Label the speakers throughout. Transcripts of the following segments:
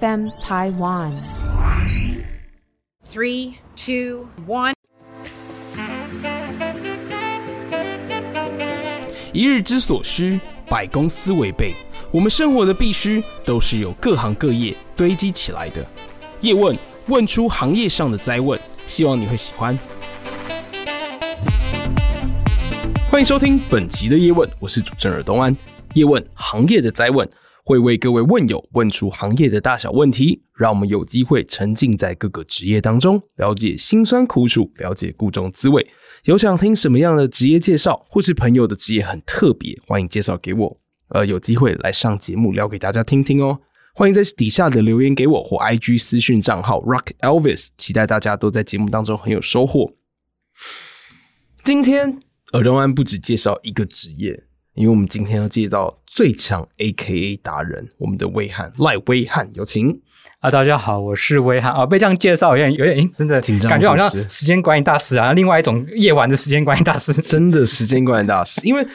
Speaker 1: FM Taiwan.
Speaker 2: Three, two, one.
Speaker 3: 一日之所需，百公司为备。我们生活的必须都是由各行各业堆积起来的。叶问问出行业上的灾问，希望你会喜欢。欢迎收听本集的叶问，我是主持人尔东安。叶问行业的灾问会为各位问友问出行业的大小问题，让我们有机会沉浸在各个职业当中，了解辛酸苦楚，了解故中滋味。有想听什么样的职业介绍，或是朋友的职业很特别，欢迎介绍给我。呃，有机会来上节目聊给大家听听哦。欢迎在底下的留言给我或 IG 私讯账号 Rock Elvis，期待大家都在节目当中很有收获。今天尔东安不只介绍一个职业，因为我们今天要介绍最强 AKA 达人，我们的威汉赖威汉，有请。
Speaker 4: 啊，大家好，我是威汉啊。被这样介绍有点有点，诶真的
Speaker 3: 紧张
Speaker 4: 感觉好像
Speaker 3: 是不是
Speaker 4: 时间管理大师啊。另外一种夜晚的时间管理大师，
Speaker 3: 真的时间管理大师。因为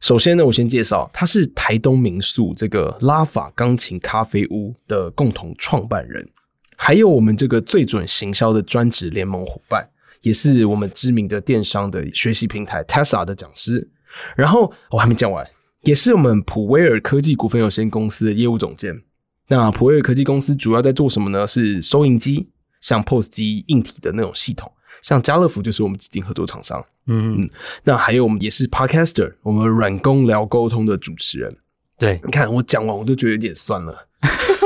Speaker 3: 首先呢，我先介绍，他是台东民宿这个拉法钢琴咖啡屋的共同创办人，还有我们这个最准行销的专职联盟伙伴，也是我们知名的电商的学习平台 Tesla 的讲师。然后我、还没讲完，也是我们普威尔科技股份有限公司的业务总监。那普威尔科技公司主要在做什么呢？是收银机，像 POS 机硬体的那种系统，像家乐福就是我们指定合作厂商。
Speaker 4: 嗯，
Speaker 3: 那还有我们也是 podcaster，我们软工聊沟通的主持人。
Speaker 4: 对，
Speaker 3: 你看我讲完我都觉得有点酸 了。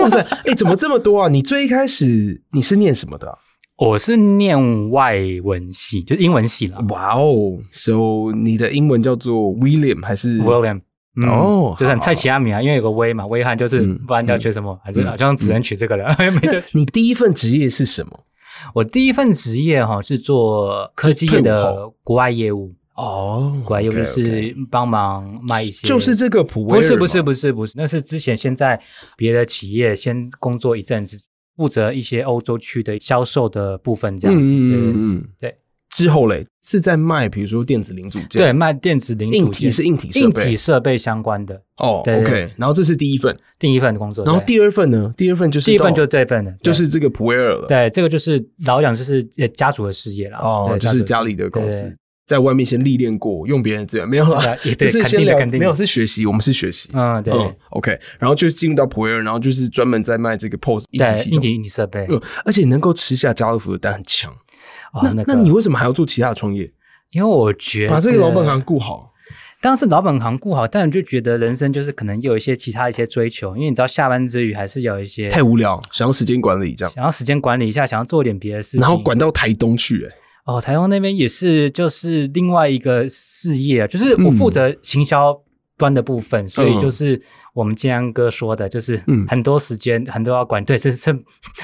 Speaker 3: 哇塞，哎、怎么这么多啊？你最一开始你是念什么的啊、
Speaker 4: 我是念外文系，就是英文系啦。
Speaker 3: 哇哦，so 你的英文叫做 William 还是
Speaker 4: William，嗯
Speaker 3: 哦
Speaker 4: 就是很菜奇阿米啊，因为有个威嘛，威汉就是
Speaker 3: 嗯
Speaker 4: 不然要取什么，还是
Speaker 3: 嗯
Speaker 4: 好像只能取这个了。 没
Speaker 3: 那
Speaker 4: 得
Speaker 3: 你第一份职业是什么？
Speaker 4: 我第一份职业哈是做科技业的国外业务，
Speaker 3: 哦
Speaker 4: 国外业务就
Speaker 3: OK，OK
Speaker 4: 是帮忙卖一些，
Speaker 3: 就是这个普威
Speaker 4: 不是不是
Speaker 3: 是
Speaker 4: 不是不是，那是之前先在别的企业先工作一阵子，负责一些欧洲区的销售的部分这样子。
Speaker 3: 嗯嗯，
Speaker 4: 对。
Speaker 3: 之后嘞是在卖，比如说电子零组件，
Speaker 4: 对对，卖电子零组
Speaker 3: 嗯硬
Speaker 4: 件
Speaker 3: 体是硬体设备
Speaker 4: 硬体设备相关的
Speaker 3: 哦
Speaker 4: 对对
Speaker 3: ，OK。然后这是第一份，
Speaker 4: 第一份工作。
Speaker 3: 然后
Speaker 4: 对
Speaker 3: 第二份呢？第二份就是
Speaker 4: 第一份
Speaker 3: 到
Speaker 4: 就这份的，
Speaker 3: 就
Speaker 4: 对
Speaker 3: 是这个普威尔了。
Speaker 4: 对这个就是老讲就是呃家族的事业啦。
Speaker 3: 哦，
Speaker 4: 对
Speaker 3: 就是家
Speaker 4: 族
Speaker 3: 里的公
Speaker 4: 对对
Speaker 3: 司，在外面先历练过，用别人的资源没有啦，
Speaker 4: 对也
Speaker 3: 就
Speaker 4: 对
Speaker 3: 是
Speaker 4: 肯
Speaker 3: 先
Speaker 4: 定的
Speaker 3: 聊
Speaker 4: 肯定
Speaker 3: 没
Speaker 4: 的
Speaker 3: 有是学习，我们是学习，
Speaker 4: 嗯对
Speaker 3: 嗯，OK，然后就进入到普威尔，然后就是专门在卖这个 POS 一体
Speaker 4: 对
Speaker 3: 系
Speaker 4: 硬
Speaker 3: 统，
Speaker 4: 体硬体设备
Speaker 3: 嗯，而且能够吃下家乐福的单很强。
Speaker 4: 啊
Speaker 3: 那
Speaker 4: 个，
Speaker 3: 那你为什么还要做其他的创业？
Speaker 4: 因为我觉得
Speaker 3: 把这个老本行顾好，
Speaker 4: 当时老本行顾好，但我就觉得人生就是可能有一些其他一些追求，因为你知道下班之余还是有一些
Speaker 3: 太无聊，想要时间管理这样，
Speaker 4: 想要时间管理一下，想要做点别的事情。
Speaker 3: 然后管到台东去，哎，
Speaker 4: 哦，台东那边也是，就是另外一个事业啊，就是我
Speaker 3: 嗯
Speaker 4: 负责行销端的部分，所以就是我们建安哥说的，就是
Speaker 3: 嗯
Speaker 4: 很多时间、很多要管，对，这 是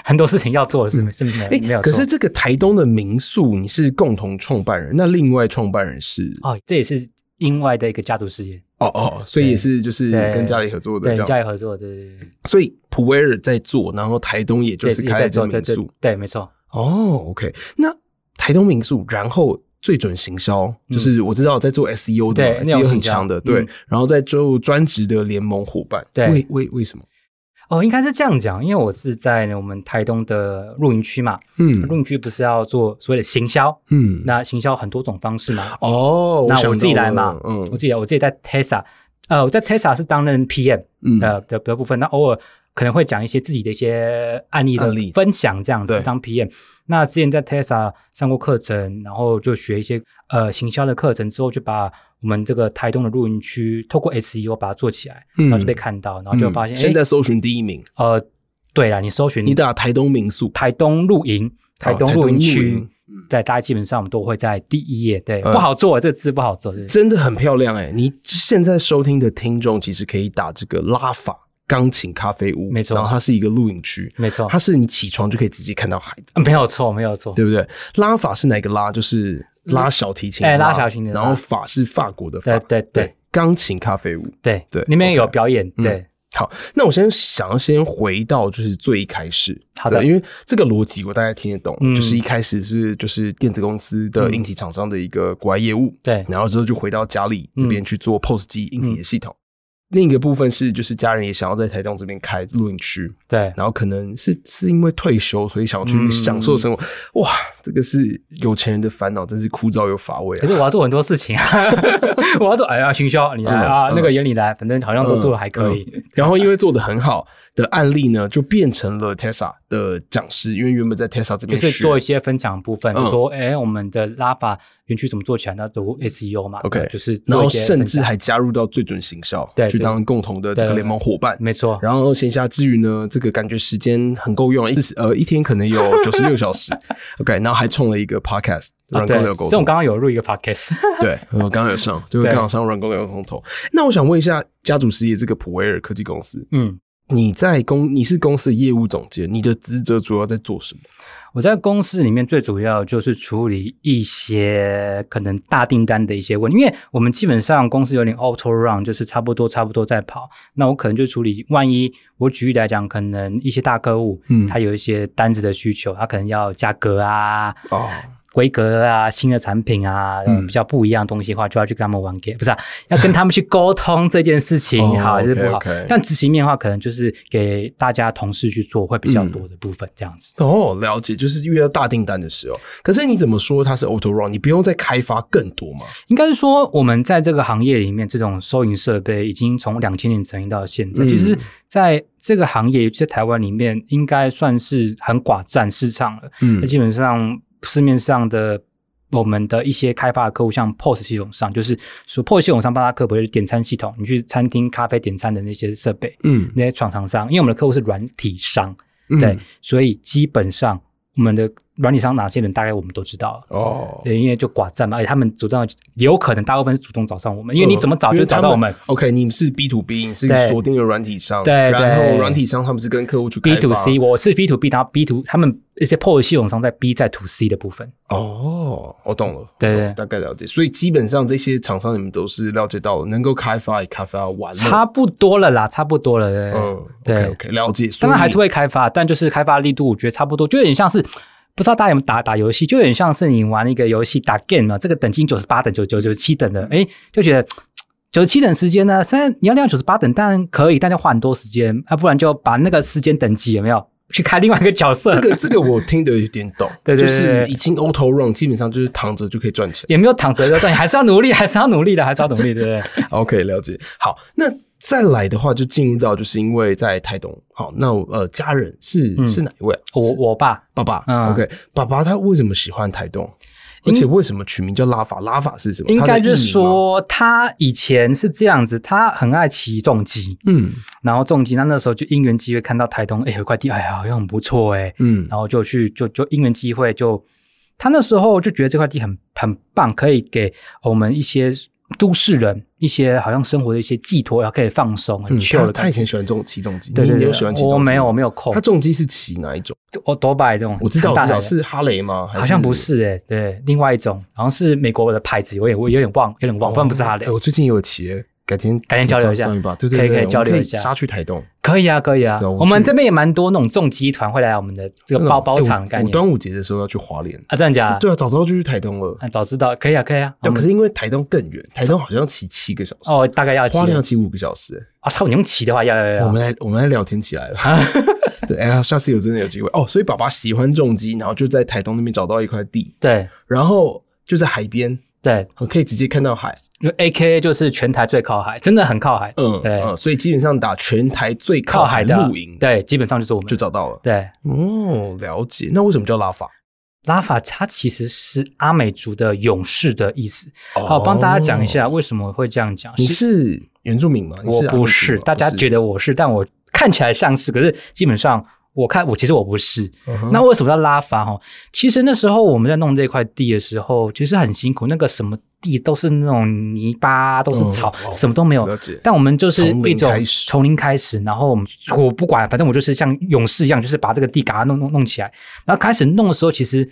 Speaker 4: 很多事情要做，是没、是没、
Speaker 3: 哎、
Speaker 4: 没有
Speaker 3: 可
Speaker 4: 错。
Speaker 3: 是这个台东的民宿你是共同创办人，那另外创办人是
Speaker 4: 哦，这也是另外的一个家族事业，
Speaker 3: 哦哦，所以也是就是
Speaker 4: 对
Speaker 3: 跟家里合作的这
Speaker 4: 对
Speaker 3: 样，
Speaker 4: 家里合作，对对对，
Speaker 3: 所以普威尔在做，然后台东也就是
Speaker 4: 对也
Speaker 3: 开
Speaker 4: 在
Speaker 3: 了这
Speaker 4: 做，
Speaker 3: 个民
Speaker 4: 对对
Speaker 3: 宿。
Speaker 4: 对，没错。
Speaker 3: 哦，OK，那台东民宿，然后最准行销，就是我知道在做 SEO 的嘛
Speaker 4: 嗯对内容
Speaker 3: ，SEO 很
Speaker 4: 行销
Speaker 3: 强的，对
Speaker 4: 嗯，
Speaker 3: 然后在做专职的联盟伙伴，
Speaker 4: 对
Speaker 3: 为为为什么？
Speaker 4: 哦，应该是这样讲，因为我是在我们台东的露营区嘛，露
Speaker 3: 嗯
Speaker 4: 营区不是要做所谓的行销，
Speaker 3: 嗯，
Speaker 4: 那行销很多种方式嘛，
Speaker 3: 哦，
Speaker 4: 那
Speaker 3: 想
Speaker 4: 我自己
Speaker 3: 到
Speaker 4: 来嘛
Speaker 3: 了，
Speaker 4: 嗯
Speaker 3: 嗯，
Speaker 4: 我自己来我自己在 Tesla，呃，我在 Tesla 是担任 PM
Speaker 3: 嗯
Speaker 4: 的、的的部分，那偶尔可能会讲一些自己的一些案例的
Speaker 3: 案例
Speaker 4: 分享这样
Speaker 3: 对
Speaker 4: 子当 PM。那之前在 Tesla 上过课程，然后就学一些呃行销的课程之后，就把我们这个台东的露营区透过 SEO 把它做起来，
Speaker 3: 嗯
Speaker 4: 然后就被看到，然后就发现
Speaker 3: 嗯
Speaker 4: 哎、
Speaker 3: 现在
Speaker 4: 诶
Speaker 3: 搜寻第一名，
Speaker 4: 呃，对了，你搜寻
Speaker 3: 你打台东民宿，
Speaker 4: 台东露营，台东
Speaker 3: 台
Speaker 4: 露
Speaker 3: 东
Speaker 4: 营
Speaker 3: 露
Speaker 4: 区
Speaker 3: 营，
Speaker 4: 对，大家基本上我们都会在第一页，对，
Speaker 3: 嗯
Speaker 4: 不好做，这个字不好做，对
Speaker 3: 真的很漂亮哎！你现在收听的听众其实可以打这个拉法钢琴咖啡屋，
Speaker 4: 没错
Speaker 3: 然后它是一个露营区，
Speaker 4: 没错
Speaker 3: 它是你起床就可以直接看到海的，
Speaker 4: 没有错，没有错，
Speaker 3: 对不对？拉法是哪一个拉？就是拉小提琴的，
Speaker 4: 哎拉小提琴的拉
Speaker 3: 然后法是法国的法，
Speaker 4: 对对对，
Speaker 3: 钢琴咖啡屋。
Speaker 4: 对
Speaker 3: 对
Speaker 4: 里面
Speaker 3: OK 嗯
Speaker 4: 有表演，对，
Speaker 3: 好，那我先想要先回到就是最一开始，
Speaker 4: 好的
Speaker 3: 对因为这个逻辑我大概听得懂，
Speaker 4: 嗯
Speaker 3: 就是一开始是就是电子公司的硬体厂商的一个国外业务，
Speaker 4: 对
Speaker 3: 然后之后就回到家里这边
Speaker 4: 嗯
Speaker 3: 去做 POS 机硬体的系统。另一个部分是，就是家人也想要在台东这边开露营区，
Speaker 4: 对，
Speaker 3: 然后可能是是因为退休，所以想要去
Speaker 4: 嗯
Speaker 3: 享受生活。哇，这个是有钱人的烦恼，真是枯燥又乏味
Speaker 4: 可
Speaker 3: 啊
Speaker 4: 是！我要做很多 事情啊，我要做哎呀行销，你来
Speaker 3: 嗯
Speaker 4: 啊，
Speaker 3: 嗯
Speaker 4: 那个由你来，反正好像都做的还可以，
Speaker 3: 然后因为做的很好的案例呢，就变成了 Tesla 的讲师，因为原本在 Tesla 这
Speaker 4: 就
Speaker 3: 边
Speaker 4: 是
Speaker 3: 学
Speaker 4: 做一些分享部分，
Speaker 3: 嗯嗯
Speaker 4: 就说哎，我们的拉法园区怎么做起来，那读 SEO E 嘛
Speaker 3: OK
Speaker 4: 对就是
Speaker 3: 然
Speaker 4: 做一
Speaker 3: 后
Speaker 4: 些
Speaker 3: 甚
Speaker 4: 分
Speaker 3: 至
Speaker 4: 享
Speaker 3: 还加入到最准行销，
Speaker 4: 对
Speaker 3: 去
Speaker 4: 对
Speaker 3: 当共同的这个
Speaker 4: 对嗯
Speaker 3: 联盟伙伴。
Speaker 4: 没错，
Speaker 3: 然后闲暇之余呢，这个感觉时间很够用，一呃一天可能有九十六小时，OK，然后 还创了一个 podcast
Speaker 4: 啊
Speaker 3: 软
Speaker 4: 对
Speaker 3: 沟流沟
Speaker 4: 所以我
Speaker 3: 通，
Speaker 4: 刚刚有录一个 podcast，
Speaker 3: 对， 我刚刚有上，就是
Speaker 4: 对
Speaker 3: 刚好上软沟流沟通。那我想问一下，家族实业这个普威尔科技公司，
Speaker 4: 嗯。
Speaker 3: 你在公你是公司的业务总监，你的职责主要在做什么？
Speaker 4: 我在公司里面最主要就是处理一些可能大订单的一些问题，因为我们基本上公司有点 auto run，就是差不多差不多在跑。那我可能就处理，万一我举例来讲，可能一些大客户，
Speaker 3: 嗯
Speaker 4: 他有一些单子的需求，他可能要价格啊、
Speaker 3: 哦，
Speaker 4: 规格啊、新的产品啊，
Speaker 3: 嗯
Speaker 4: 比较不一样的东西的话，就要去跟他们玩 game，不是、啊、要跟他们去沟通这件事情
Speaker 3: 哦
Speaker 4: 好还是不好
Speaker 3: OK，OK。
Speaker 4: 但执行面的话，可能就是给大家同事去做会比
Speaker 3: 嗯
Speaker 4: 较多的部分，这样子。
Speaker 3: 哦，了解，就是遇到大订单的时候。可是你怎么说它是 auto run？你不用再开发更多吗？
Speaker 4: 应该是说，我们在这个行业里面，这种收银设备已经从两千年成立到现在。
Speaker 3: 嗯
Speaker 4: 其实，在这个行业，尤其在台湾里面，应该算是很寡占市场了。
Speaker 3: 嗯
Speaker 4: 那、基本上市面上的我们的一些开发的客户，像 POS 系统上，就是说 POS 系统上帮他科普就是点餐系统，你去餐厅、咖啡点餐的那些设备，
Speaker 3: 嗯，
Speaker 4: 那些厂商商，因为我们的客户是软体商，
Speaker 3: 嗯
Speaker 4: 对，所以基本上我们的软体商哪些人，大概我们都知道了。
Speaker 3: 哦，
Speaker 4: 对，因为就寡占嘛，而且他们主动有可能大部分是主动找上我们，因为你怎么找
Speaker 3: 呃因
Speaker 4: 就
Speaker 3: 为
Speaker 4: 找
Speaker 3: 他
Speaker 4: 到我们。
Speaker 3: OK，你们是 B to B，你是
Speaker 4: 对
Speaker 3: 锁定了软体商，
Speaker 4: 对
Speaker 3: 然后
Speaker 4: 对
Speaker 3: 软体商他们是跟客户去
Speaker 4: B
Speaker 3: 开
Speaker 4: to
Speaker 3: 发
Speaker 4: C，我是 B to B，然后 B to 他们一些 POS 系统上在 B 在 to C 的部分，
Speaker 3: 哦，我懂了，
Speaker 4: 嗯对
Speaker 3: 我懂
Speaker 4: 对
Speaker 3: 大概了解。所以基本上这些厂商你们都是了解到了，能够开发也开发完了，
Speaker 4: 差不多了啦，差不多了。对
Speaker 3: 啊嗯，
Speaker 4: 对
Speaker 3: o k 了解。
Speaker 4: 当然还是
Speaker 3: 所以
Speaker 4: 会开发，但就是开发力度我觉得差不多，就有点像是。不知道大家有没有打打游戏，就有点像是你玩一个游戏打 game 啊嘛，这个等级九十八等、九九九七等的，哎，就觉得九十七等时间呢，虽然你要练九十八等，但可以，但就花很多时间，啊，不然就把那个时间等级有没有去开另外一个角色？
Speaker 3: 这 个这个我听得有点懂，
Speaker 4: 对
Speaker 3: 就
Speaker 4: 对对
Speaker 3: 是已经 auto run，基本上就是躺着就可以赚钱。
Speaker 4: 也没有躺着就算，你还是要努力，还是要努力的，还是要努力，对 不对？
Speaker 3: OK，了解。好，那再来的话就进入到就是因为在台东，好，那我呃家人是、
Speaker 4: 嗯
Speaker 3: 是哪一位啊？
Speaker 4: 我
Speaker 3: 是
Speaker 4: 我爸
Speaker 3: 爸爸、
Speaker 4: 嗯
Speaker 3: OK，爸爸他为什么喜欢台东？而
Speaker 4: 应
Speaker 3: 且为什么取名叫拉法？拉法是什么？
Speaker 4: 应该
Speaker 3: 它的
Speaker 4: 是
Speaker 3: 意义吗，
Speaker 4: 说哦他以前是这样子，他很爱骑重机，
Speaker 3: 嗯
Speaker 4: 然后重机，那那时候就因缘机会看到台东，哎，有一块地，哎呀，好像很不错哎，
Speaker 3: 嗯
Speaker 4: 然后就去就就因缘机会就，他那时候就觉得这块地很很棒，可以给我们一些都市人一些好像生活的一些寄托，然后可以放松，很
Speaker 3: 嗯，
Speaker 4: chill
Speaker 3: 他
Speaker 4: 的
Speaker 3: 他
Speaker 4: 感
Speaker 3: 以
Speaker 4: 觉。
Speaker 3: 前喜欢这种骑重机，
Speaker 4: 对
Speaker 3: 你
Speaker 4: 对
Speaker 3: 你
Speaker 4: 对
Speaker 3: 有喜欢骑重机
Speaker 4: 我
Speaker 3: 吗？
Speaker 4: 没有我没有空
Speaker 3: 他重机是骑哪一种？
Speaker 4: 我哦多拜这种，
Speaker 3: 我知道，我
Speaker 4: 很大
Speaker 3: 知道
Speaker 4: 台的
Speaker 3: 是哈雷吗？还
Speaker 4: 好像不是诶、对，另外一种好像是美国的牌子，我也我有点忘，有点忘，不然不是哈雷
Speaker 3: 哎。我最近也有骑，改天
Speaker 4: 改天交流一下
Speaker 3: 找你吧。对对
Speaker 4: 可以
Speaker 3: 对，
Speaker 4: 可以
Speaker 3: 我们
Speaker 4: 交流一下
Speaker 3: 杀去台东。
Speaker 4: 可以啊，可以啊，
Speaker 3: 对我
Speaker 4: 我们
Speaker 3: 去
Speaker 4: 这边也蛮多那种重机团会来我们的这个包包厂的概
Speaker 3: 哎我我
Speaker 4: 念
Speaker 3: 端午节的时候要去花莲，
Speaker 4: 啊，这样讲啊，
Speaker 3: 对啊，早知道就去台东了。
Speaker 4: 啊，早知道可以啊，可以啊，
Speaker 3: 对，
Speaker 4: 我们
Speaker 3: 可是因为台东更远，台东好像要骑七个小时，
Speaker 4: 哦，大概要骑
Speaker 3: 花莲要骑五个小时。欸
Speaker 4: 啊，差不多你用骑的话，要要
Speaker 3: 我
Speaker 4: 要
Speaker 3: 们
Speaker 4: 要，
Speaker 3: 来我们来聊天起来
Speaker 4: 啊
Speaker 3: 了。 对，哎呀，下次有真的有机会哦。所以爸爸喜欢重机，然后就在台东那边找到一块地，
Speaker 4: 对
Speaker 3: 然后就在海边，
Speaker 4: 对，
Speaker 3: 可以直接看到海。
Speaker 4: 就 A K A 就是全台最靠海，真的很靠海，
Speaker 3: 嗯，
Speaker 4: 对，
Speaker 3: 嗯，所以基本上打全台最
Speaker 4: 靠
Speaker 3: 海
Speaker 4: 的
Speaker 3: 露营，，
Speaker 4: 对，基本上就是我们
Speaker 3: 就找到了。
Speaker 4: 对。
Speaker 3: 哦，了解。那为什么叫拉法？
Speaker 4: 拉法它其实是阿美族的勇士的意思。
Speaker 3: 哦
Speaker 4: 好，我帮大家讲一下为什么会这样讲。
Speaker 3: 你是原住民吗？你
Speaker 4: 我
Speaker 3: 是阿美族吗
Speaker 4: 不是，大家觉得我是，但我看起来像是，可是基本上我看我其实我不是。
Speaker 3: 嗯
Speaker 4: 那为什么叫拉法？哈，其实那时候我们在弄这块地的时候，其实很辛苦。那个什么地都是那种泥巴，都是草，
Speaker 3: 嗯
Speaker 4: 什么都没有
Speaker 3: 了解。
Speaker 4: 但我们就是
Speaker 3: 从零
Speaker 4: 一种
Speaker 3: 开始
Speaker 4: 从零开始，然后我们我不管，反正我就是像勇士一样，就是把这个地给它弄弄弄起来。然后开始弄的时候，其实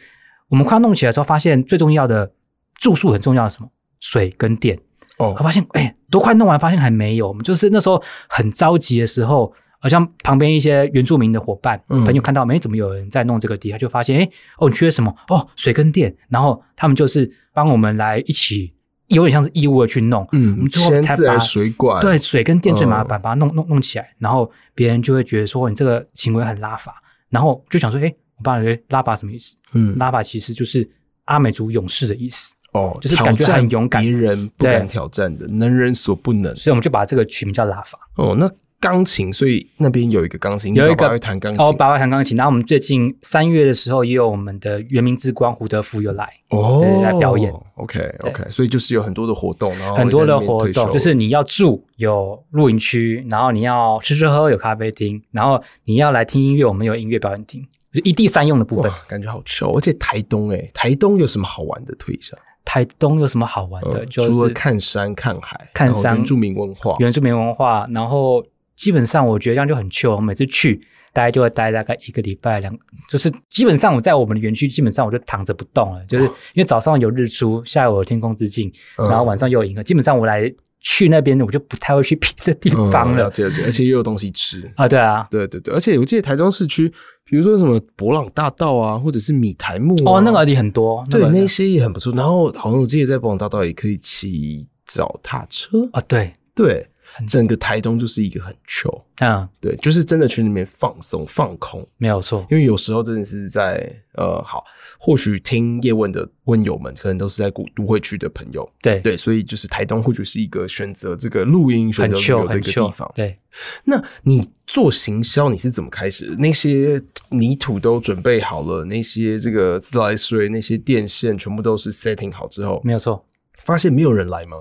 Speaker 4: 我们快要弄起来的时候，发现最重要的住宿很重要的是什么？水跟电。
Speaker 3: 哦
Speaker 4: 我，发现哎、都快弄完，发现还没有。我们就是那时候很着急的时候，好像旁边一些原住民的伙伴、
Speaker 3: 嗯
Speaker 4: 朋友看到，哎没怎么有人在弄这个地，他就发现哎、哦，你缺什么？哦，水跟电。然后他们就是帮我们来一起，有点像是义务的去弄。我
Speaker 3: 嗯，
Speaker 4: 们最后
Speaker 3: 先
Speaker 4: 才
Speaker 3: 自
Speaker 4: 把
Speaker 3: 来水管，
Speaker 4: 对，水跟电最麻
Speaker 3: 嗯
Speaker 4: 烦，把它弄弄弄起来，然后别人就会觉得说你这个行为很拉法，然后就想说，哎、我爸觉得拉法什么意思？
Speaker 3: 嗯，
Speaker 4: 拉法其实就是阿美族勇士的意思。
Speaker 3: 哦，
Speaker 4: 就是
Speaker 3: 挑
Speaker 4: 感觉
Speaker 3: 战
Speaker 4: 很勇敢
Speaker 3: 别人不敢
Speaker 4: 对
Speaker 3: 挑战的，能人所不能。
Speaker 4: 所以我们就把这个取名叫拉法。
Speaker 3: 哦，那钢琴，所以那边有一个钢琴，
Speaker 4: 有一
Speaker 3: 你爸
Speaker 4: 个
Speaker 3: 爸会弹钢琴
Speaker 4: 哦，爸爸弹钢琴。然后我们最近三月的时候，也有我们的原名之光胡德夫有来，
Speaker 3: 哦
Speaker 4: 对来表演。
Speaker 3: OK OK，所以就是有很多的活动，然后
Speaker 4: 很多
Speaker 3: 在
Speaker 4: 的
Speaker 3: 那边
Speaker 4: 活
Speaker 3: 退休
Speaker 4: 动，就是你要住有露营区，然后你要吃吃喝喝有咖啡厅，然后你要来听音乐，我们有音乐表演厅，就一地三用的部分。
Speaker 3: 哇，感觉好臭，而且台东哎、台东有什么好玩的？推一下，
Speaker 4: 台东有什么好玩的？
Speaker 3: 嗯
Speaker 4: 就
Speaker 3: 除了
Speaker 4: 是
Speaker 3: 看山看海，
Speaker 4: 看
Speaker 3: 然后
Speaker 4: 山
Speaker 3: 原住民文化，
Speaker 4: 原住民文化，然后基本上我觉得这样就很 chill。我每次去，大概就会待大概一个礼拜两，就是基本上我在我们的园区，基本上我就躺着不动了，就是因为早上有日出，下午有天空之镜，
Speaker 3: 嗯
Speaker 4: 然后晚上又有银河，基本上我来去那边，我就不太会去别的地
Speaker 3: 嗯
Speaker 4: 方了
Speaker 3: 了。解了解，而且又有东西吃。
Speaker 4: 啊，对啊，
Speaker 3: 对对对，而且我记得台中市区，比如说什么博朗大道啊，或者是米台木啊
Speaker 4: 哦，那个也很多，
Speaker 3: 对
Speaker 4: 个
Speaker 3: 那些也很不错。然后好像我记得在博朗大道也可以骑脚踏车，
Speaker 4: 哦，对，
Speaker 3: 对
Speaker 4: 很，
Speaker 3: 整个台东就是一个很 chill，
Speaker 4: 嗯，
Speaker 3: 对，就是真的去那边放松放空。
Speaker 4: 没有错，
Speaker 3: 因为有时候真的是在呃，好，或许听叶问的问友们，可能都是在古都会区的朋友，
Speaker 4: 对，
Speaker 3: 对，所以就是台东或许是一个选择这个露营、选
Speaker 4: 很
Speaker 3: 择旅
Speaker 4: chill，
Speaker 3: 游的
Speaker 4: 很
Speaker 3: 一个地
Speaker 4: chill，
Speaker 3: 方。
Speaker 4: 对。
Speaker 3: 那你做行销你是怎么开始的？那些泥土都准备好了，那些这个自来水、那些电线全部都是 setting 好之后，
Speaker 4: 没有错，
Speaker 3: 发现没有人来吗？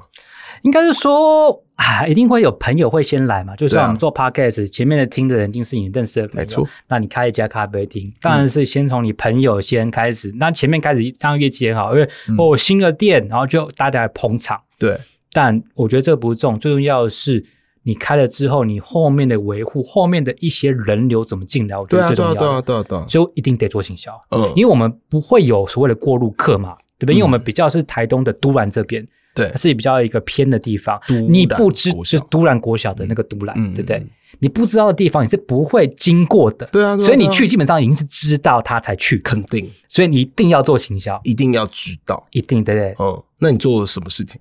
Speaker 4: 应该是说啊，一定会有朋友会先来嘛，就
Speaker 3: 对啊
Speaker 4: 像我们做 podcast，、前面的听的人一定是你认识的朋友，
Speaker 3: 没错。
Speaker 4: 那你开一家咖啡厅，当然是先从你朋友先开始。
Speaker 3: 嗯
Speaker 4: 那前面开始当然业绩很好，因为、哦新的店，然后就大家来捧场。
Speaker 3: 对，
Speaker 4: 但我觉得这不是重，最重要的是你开了之后，你后面的维护，后面的一些人流怎么进来，我觉
Speaker 3: 对
Speaker 4: 得
Speaker 3: 啊，
Speaker 4: 最
Speaker 3: 对啊，
Speaker 4: 重要
Speaker 3: 对啊，
Speaker 4: 的。
Speaker 3: 对啊，对啊，
Speaker 4: 就一定得做行销，
Speaker 3: 嗯
Speaker 4: 因为我们不会有所谓的过路客嘛，对不对？因为我们比较是台东的都兰这边，
Speaker 3: 对
Speaker 4: 它，是比较一个偏的地方
Speaker 3: 都兰，
Speaker 4: 你不知
Speaker 3: 国小
Speaker 4: 就是都兰国小的那个都兰，
Speaker 3: 嗯
Speaker 4: 对不对
Speaker 3: 嗯？
Speaker 4: 你不知道的地方，你是不会经过的。
Speaker 3: 对啊对啊
Speaker 4: 所以
Speaker 3: 对
Speaker 4: 你
Speaker 3: 啊
Speaker 4: 去基本上已经是知道它才去，
Speaker 3: 肯定
Speaker 4: 所以你一定要做行销，
Speaker 3: 一定要知道。
Speaker 4: 一定对不对？
Speaker 3: 嗯，那你做了什么事情？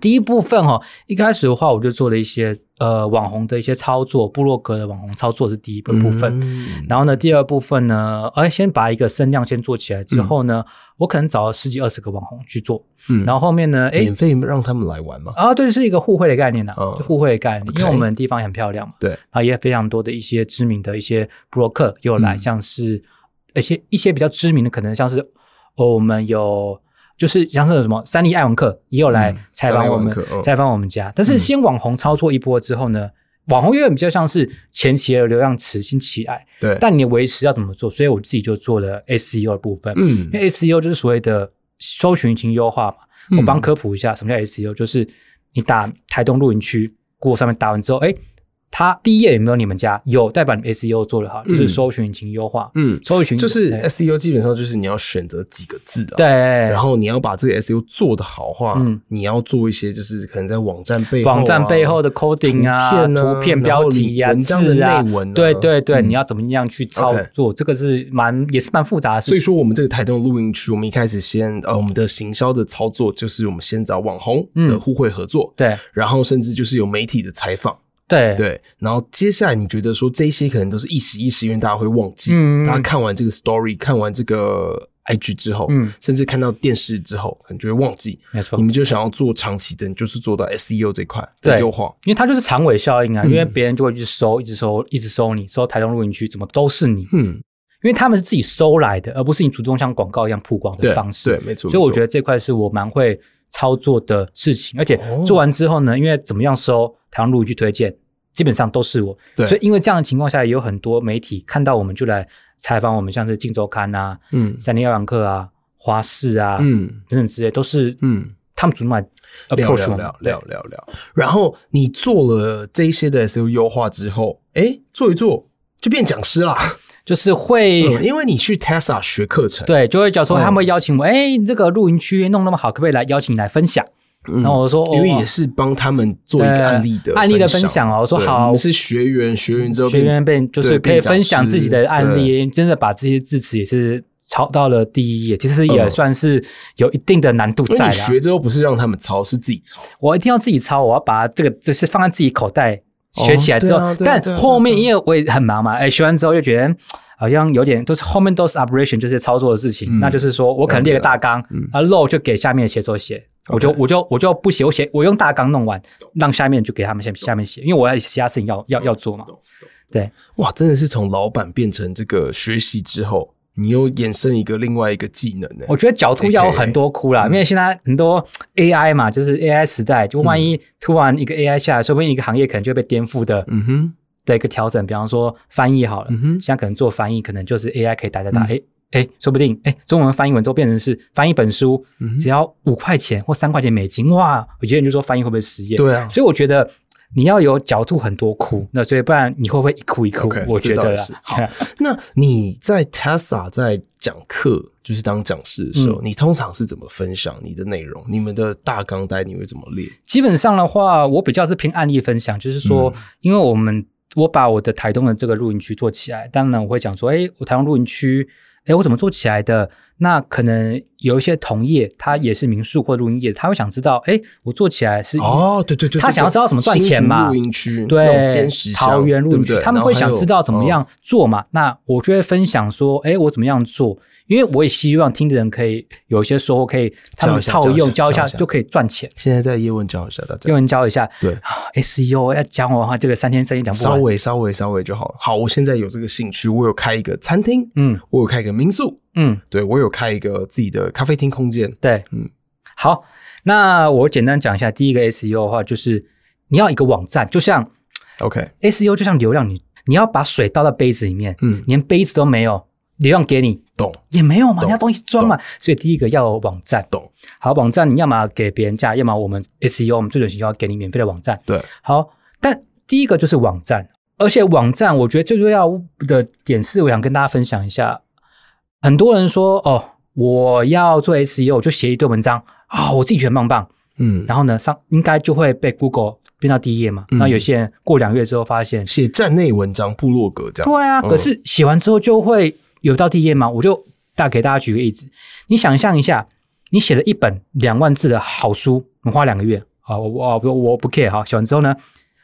Speaker 4: 第一部分哈、哦，一开始的话，我就做了一些呃网红的一些操作，部落格的网红操作是第一个部分。
Speaker 3: 嗯
Speaker 4: 然后呢，第二部分呢，哎，先把一个声量先做起来之后呢，我可能找了十几二十个网红去做，
Speaker 3: 嗯
Speaker 4: 然后后面呢，哎
Speaker 3: 免，费让他们来玩嘛。
Speaker 4: 啊，对，是一个互惠的概念呐、
Speaker 3: 嗯
Speaker 4: 就互惠的概念，
Speaker 3: OK
Speaker 4: 因为我们地方也很漂亮嘛，
Speaker 3: 对
Speaker 4: 然后也非常多的一些知名的一些布洛克也有来，
Speaker 3: 嗯
Speaker 4: 像是一些一些比较知名的，可能像是哦，我们有就是像是有什么三立艾文克也有来
Speaker 3: 嗯
Speaker 4: 采访我们
Speaker 3: 三立艾文克嗯
Speaker 4: 采访我们家，但是先网红操作一波之后呢，网红永远比较像是前期的流量词先起来，
Speaker 3: 对，
Speaker 4: 但你的维持要怎么做？所以我自己就做了 SEO 的部分，
Speaker 3: 嗯
Speaker 4: 因为 SEO 就是所谓的搜寻引擎优化嘛。
Speaker 3: 嗯
Speaker 4: 我帮科普一下什么叫 SEO，就是你打台东露营区 Google 上面打完之后，哎，它第一页有没有你们家？有，代表你 SEO 做得好，就是搜寻引擎优化。
Speaker 3: 嗯，
Speaker 4: 搜寻
Speaker 3: 就是
Speaker 4: 哎
Speaker 3: SEO 基本上就是你要选择几个字啊，
Speaker 4: 对，，
Speaker 3: 然后你要把这个 SEO 做得好的话，
Speaker 4: 嗯
Speaker 3: 你要做一些就是可能在网站背后啊、
Speaker 4: 网站背后的 coding 啊、
Speaker 3: 图片啊
Speaker 4: 标题
Speaker 3: 然
Speaker 4: 啊、
Speaker 3: 后你文章的
Speaker 4: 字啊，
Speaker 3: 内文啊
Speaker 4: 对对对，
Speaker 3: 嗯
Speaker 4: 你要怎么样去操
Speaker 3: OK
Speaker 4: 作？这个是蛮也是蛮复杂的事
Speaker 3: 所
Speaker 4: 情
Speaker 3: 以。说，我们这个台东录音区，我们一开始先呃，我们的行销的操作就是我们先找网红的
Speaker 4: 嗯
Speaker 3: 互惠合作，
Speaker 4: 对
Speaker 3: 然后甚至就是有媒体的采访，
Speaker 4: 对
Speaker 3: 对，然后接下来你觉得说这些可能都是一时一时，因为大家会忘记，
Speaker 4: 嗯嗯嗯
Speaker 3: 大家看完这个 story，看完这个 IG 之后，
Speaker 4: 嗯
Speaker 3: 甚至看到电视之后，可能就会忘记，
Speaker 4: 没错
Speaker 3: 你们就想要做长期的，你就是做到 SEO 这块的
Speaker 4: 对
Speaker 3: 优化，
Speaker 4: 因为它就是长尾效应啊，
Speaker 3: 嗯
Speaker 4: 因为别人就会去搜，一直搜，一直搜你，搜台东露营区，怎么都是你，
Speaker 3: 嗯，
Speaker 4: 因为他们是自己收来的，而不是你主动像广告一样曝光
Speaker 3: 对
Speaker 4: 的方式。
Speaker 3: 对没错
Speaker 4: 所以
Speaker 3: 没
Speaker 4: 我
Speaker 3: 错
Speaker 4: 觉得这块是我蛮会操作的事情，而且
Speaker 3: 哦
Speaker 4: 做完之后呢，因为怎么样收台湾路去推荐，基本上都是我。
Speaker 3: 对
Speaker 4: 所以因为这样的情况下，也有很多媒体看到我们就来采访我们，像是《镜周刊》啊、
Speaker 3: 嗯
Speaker 4: 三零二网课啊、华视啊、
Speaker 3: 嗯
Speaker 4: 等等之类，都是
Speaker 3: 嗯，
Speaker 4: 他们怎么来
Speaker 3: 聊
Speaker 4: approach
Speaker 3: 聊
Speaker 4: 我们
Speaker 3: 聊聊聊聊。然后你做了这一些的 SEO 优化之后，哎，做一做就变讲师啦，
Speaker 4: 就是会、
Speaker 3: 嗯因为你去 Tesla 学课程，，
Speaker 4: 对，就会讲说
Speaker 3: 嗯
Speaker 4: 他们会邀请我，哎、你这个露营区弄那么好，可不可以来邀请你来分享？然后我说，哦，
Speaker 3: 嗯因为也是帮他们做一个
Speaker 4: 对
Speaker 3: 案例的
Speaker 4: 案例的分享哦我说
Speaker 3: 对
Speaker 4: 好
Speaker 3: 我们是学员，学员之后
Speaker 4: 学
Speaker 3: 变
Speaker 4: 员被就
Speaker 3: 对
Speaker 4: 是可以
Speaker 3: 变讲
Speaker 4: 分享自己的案
Speaker 3: 师，
Speaker 4: 例，真的把这些字词也是抄到了第一页，其实也
Speaker 3: 嗯
Speaker 4: 算是有一定的难度
Speaker 3: 对因
Speaker 4: 在
Speaker 3: 为
Speaker 4: 啦
Speaker 3: 你。学之后不是让他们抄，是自己抄。
Speaker 4: 我一定要自己抄，我要把这个就是放在自己口袋学起来之后，
Speaker 3: 哦对啊对啊对
Speaker 4: 但
Speaker 3: 啊
Speaker 4: 后面
Speaker 3: 对啊
Speaker 4: 因为我也很忙嘛，哎，学完之后就觉得。嗯好像有点都是后面都是 operation，就是操作的事情。
Speaker 3: 嗯
Speaker 4: 那就是说我可能列个大纲
Speaker 3: 嗯，
Speaker 4: 啊漏就给下面的写手写，我就
Speaker 3: OK
Speaker 4: 我就我就不写，我写我用大纲弄完，让下面就给他们下下面写，因为我要有其他事情要要要做嘛。对，
Speaker 3: 哇，真的是从老板变成这个学习之后，你又衍生一个另外一个技能欸呢、
Speaker 4: 我觉得角度要有很多哭
Speaker 3: 嗯
Speaker 4: 啦，因为现在很多 AI 嘛，就是 AI 时代，就万一突然一个 AI 下来，说不定一个行业可能就被颠覆的
Speaker 3: 嗯哼，
Speaker 4: 的一个调整。比方说翻译好了
Speaker 3: 嗯，哼
Speaker 4: 现在可能做翻译，可能就是 AI 可以打打打，
Speaker 3: 嗯
Speaker 4: 哎哎，说不定哎，中文翻译文之后变成是翻译本书
Speaker 3: 嗯哼，
Speaker 4: 只要五块钱或三块钱美金，哇！有些人就说翻译会不会失业？
Speaker 3: 对啊
Speaker 4: 所以我觉得。你要有角度很多哭，那所以不然你会不会一哭一哭
Speaker 3: OK，
Speaker 4: 我觉
Speaker 3: 这倒
Speaker 4: 得
Speaker 3: 也
Speaker 4: 啦
Speaker 3: 是 好那你在 Tesla 在讲课，就是当讲师的时
Speaker 4: 嗯
Speaker 3: 候，你通常是怎么分享你的内容？你们的大纲单你会怎么列？
Speaker 4: 基本上的话，我比较是偏案例分享，就是说，
Speaker 3: 嗯
Speaker 4: 因为我们我把我的台东的这个露营区做起来，当然我会讲说，哎，我台东露营区，哎，我怎么做起来的？那可能有一些同业，他也是民宿或露营业，他会想知道，哎，我做起来是，
Speaker 3: 哦，对对对，
Speaker 4: 他
Speaker 3: 对
Speaker 4: 想要
Speaker 3: 对
Speaker 4: 知道怎么赚
Speaker 3: 新
Speaker 4: 钱
Speaker 3: 竹
Speaker 4: 嘛
Speaker 3: 露营区那种
Speaker 4: 对
Speaker 3: 坚实，
Speaker 4: 桃园露营区，他们会想知道怎
Speaker 3: 哦
Speaker 4: 么
Speaker 3: 嗯
Speaker 4: 样做嘛？那我就会分享说，哎，我怎么样做？因为我也希望听的人可以有一些收获，可以他们
Speaker 3: 教一下
Speaker 4: 套用
Speaker 3: 教
Speaker 4: 教
Speaker 3: 一
Speaker 4: 一
Speaker 3: 下教
Speaker 4: 下
Speaker 3: 一下
Speaker 4: 就可以赚钱。
Speaker 3: 现在在叶问教一下大家，
Speaker 4: 英文教一下，
Speaker 3: 对，
Speaker 4: 啊 SEO 要讲我的话，这个三天三夜讲不完。
Speaker 3: 稍微稍微稍微就好了。好，我现在有这个兴趣，我有开一个餐厅，
Speaker 4: 嗯
Speaker 3: 我有开一个民宿，
Speaker 4: 嗯，
Speaker 3: 对我有开一个自己的咖啡厅空间。
Speaker 4: 对，
Speaker 3: 嗯
Speaker 4: 嗯，好，那我简单讲一下第一个 SEO 的话，就是你要一个网站，就像
Speaker 3: OK，
Speaker 4: SEO 就像流量，你你要把水倒到杯子里面，
Speaker 3: 嗯，
Speaker 4: 连杯子都没有，流量给你
Speaker 3: 懂。
Speaker 4: 也没有嘛，
Speaker 3: 懂
Speaker 4: 你要东西装嘛，所以第一个要有网站。
Speaker 3: 懂。
Speaker 4: 好，网站你要么给别人架，要么我们 SEO 我们最准行销给你免费的网站。
Speaker 3: 对，
Speaker 4: 好，但第一个就是网站，而且网站我觉得最重要的点是，我想跟大家分享一下，很多人说哦，我要做 SEO 我就写一堆文章啊、我自己觉得棒棒，
Speaker 3: 嗯，
Speaker 4: 然后呢上应该就会被 Google 编到第一页嘛。
Speaker 3: 嗯
Speaker 4: 那、有些人过两个月之后发现，
Speaker 3: 写站内文章、部落格这样。
Speaker 4: 对啊，
Speaker 3: 嗯
Speaker 4: 可是写完之后就会有到第一页嘛。我就大给大家举个例子，你想象一下，你写了一本两万字的好书，你花两个月啊，我我我我不 care 哈，写完之后呢，